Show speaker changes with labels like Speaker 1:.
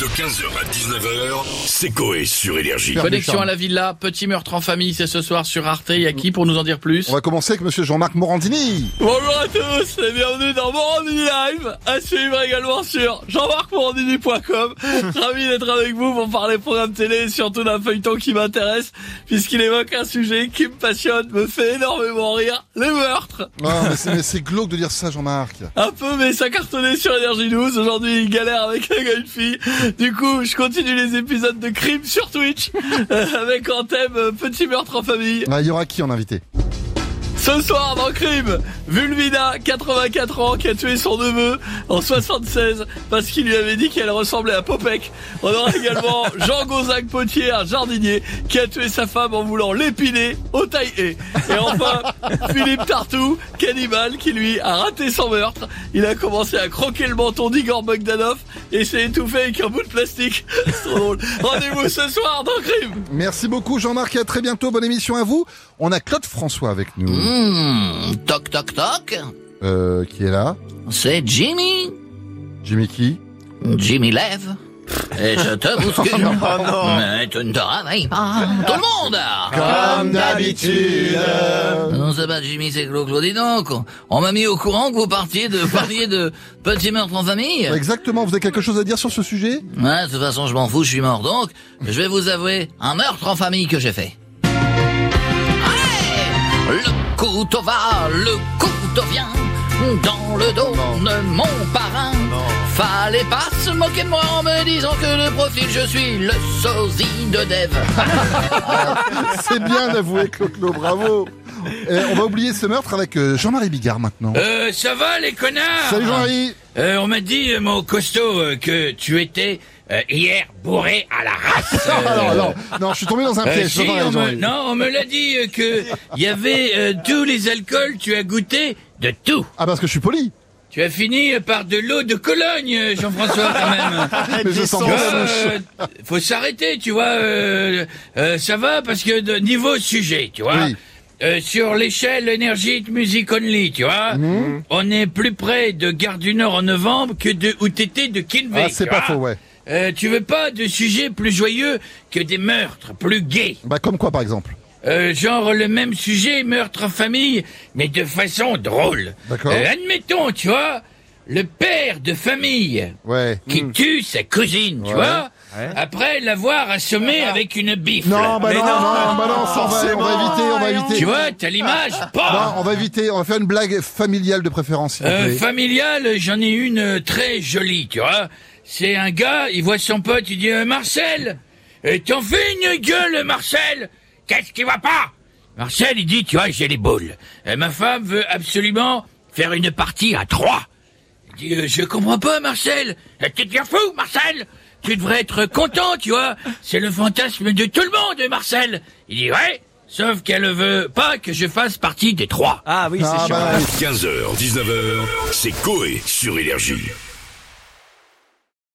Speaker 1: De 15h à 19h, c'est Coé sur Énergie.
Speaker 2: Super.
Speaker 3: Connexion
Speaker 2: Charme.
Speaker 3: à la villa, petit meurtre en famille, c'est ce soir sur Arte. Il y a qui pour nous en dire plus
Speaker 2: On va commencer avec monsieur Jean-Marc Morandini.
Speaker 3: Bonjour à tous et bienvenue dans Morandini Live. À suivre également sur jean-marc-morandini.com. Ravi d'être avec vous pour parler programme télé et surtout d'un feuilleton qui m'intéresse puisqu'il évoque un sujet qui me passionne, me fait énormément rire, les meurtres.
Speaker 2: Ah, mais c'est- mais c'est glauque de dire ça, Jean-Marc.
Speaker 3: Un peu, mais ça cartonnait sur Energy News. Aujourd'hui, il galère avec un gars et une fille. Du coup, je continue les épisodes de crime sur Twitch euh, avec en thème euh, petit meurtre en famille.
Speaker 2: Ah, Il y aura qui en invité
Speaker 3: Ce soir dans Crime, Vulvina, 84 ans, qui a tué son neveu en 76 parce qu'il lui avait dit qu'elle ressemblait à Popek. On aura également Jean Gozac Potier, un jardinier, qui a tué sa femme en voulant l'épiner au taille Et enfin, Philippe Tartou, cannibale, qui lui a raté son meurtre. Il a commencé à croquer le menton d'Igor Bogdanov et s'est étouffé avec un bout de plastique. C'est trop drôle. Rendez-vous ce soir dans Crime.
Speaker 2: Merci beaucoup, Jean-Marc, et à très bientôt. Bonne émission à vous. On a Claude François avec nous,
Speaker 4: Hmm, toc toc toc,
Speaker 2: euh, qui est là.
Speaker 4: c'est Jimmy.
Speaker 2: Jimmy qui
Speaker 4: Jimmy lève. Et je te bouscule. Mais tu ne te réveilles pas. Tout le monde
Speaker 2: Comme d'habitude.
Speaker 4: Non, c'est pas Jimmy, c'est Claude. Dis donc, on m'a mis au courant que vous partiez de parler de petits meurtres en famille.
Speaker 2: Exactement, vous avez quelque chose à dire sur ce sujet
Speaker 4: Ouais, de toute façon, je m'en fous, je suis mort donc. Je vais vous avouer un meurtre en famille que j'ai fait. Allez Le couteau va, le couteau vient. Dans le dos de mon parrain. Fallait pas se moquer de moi en me disant que de profil je suis le sosie de Dev.
Speaker 2: C'est bien d'avouer, Claude Lo, bravo. Et on va oublier ce meurtre avec euh, Jean-Marie Bigard maintenant.
Speaker 5: Euh, ça va les connards
Speaker 2: Salut Jean-Marie
Speaker 5: Euh, On m'a dit, euh, mon costaud, euh, que tu étais euh, hier bourré à la race. Euh,
Speaker 2: Oh, non, non, non, je suis tombé dans un
Speaker 5: euh,
Speaker 2: piège.
Speaker 5: si,
Speaker 2: c'est pareil,
Speaker 5: on me,
Speaker 2: Jean-Marie.
Speaker 5: non, on me l'a dit euh, que il y avait euh, tous les alcools, tu as goûté de tout.
Speaker 2: Ah, parce que je suis poli.
Speaker 5: Tu as fini euh, par de l'eau de Cologne, euh, Jean-François, quand même.
Speaker 2: Mais je sens
Speaker 5: Tu vois,
Speaker 2: bien la mouche.
Speaker 5: euh, faut s'arrêter, tu vois. euh, euh, ça va parce que de niveau sujet, tu vois.
Speaker 2: Oui.
Speaker 5: euh, sur l'échelle Energy Music Only, tu vois,
Speaker 2: Mhm.
Speaker 5: on est plus près de Gare du Nord en novembre que de OTT de Kinvey.
Speaker 2: Ah, c'est
Speaker 5: tu
Speaker 2: pas
Speaker 5: vois.
Speaker 2: faux, ouais.
Speaker 5: Euh, tu veux pas de sujet plus joyeux que des meurtres, plus gays
Speaker 2: Bah, comme quoi, par exemple
Speaker 5: euh, genre le même sujet, meurtre en famille, mais de façon drôle.
Speaker 2: D'accord.
Speaker 5: Euh, admettons, tu vois, le père de famille
Speaker 2: Ouais.
Speaker 5: qui tue sa cousine, tu
Speaker 2: Hmm. Ouais.
Speaker 5: vois, après l'avoir assommée avec une bifle.
Speaker 2: Non, bah non, non, bah non, ça, on va- on va éviter, on va éviter.
Speaker 5: Oh, Tu vois, t'as l'image
Speaker 2: Non,
Speaker 5: Pas
Speaker 2: on va éviter, on va faire une blague familiale de préférence, s'il vous
Speaker 5: euh,
Speaker 2: plaît.
Speaker 5: Familiale, j'en ai une euh, très jolie, tu vois. C'est un gars, il voit son pote, il dit euh, Marcel, euh, t'en fais une gueule, Marcel Qu'est-ce qui va pas Marcel, il dit, tu vois, j'ai les boules. Euh, ma femme veut absolument faire une partie à trois. Il dit, euh, je comprends pas, Marcel. Euh, Tu deviens fou, Marcel. Tu devrais être content, tu vois. C'est le fantasme de tout le monde, Marcel. Il dit, ouais, sauf qu'elle veut pas que je fasse partie des trois.
Speaker 2: Ah, bah,
Speaker 1: 15h, 19h, c'est Coé sur Énergie.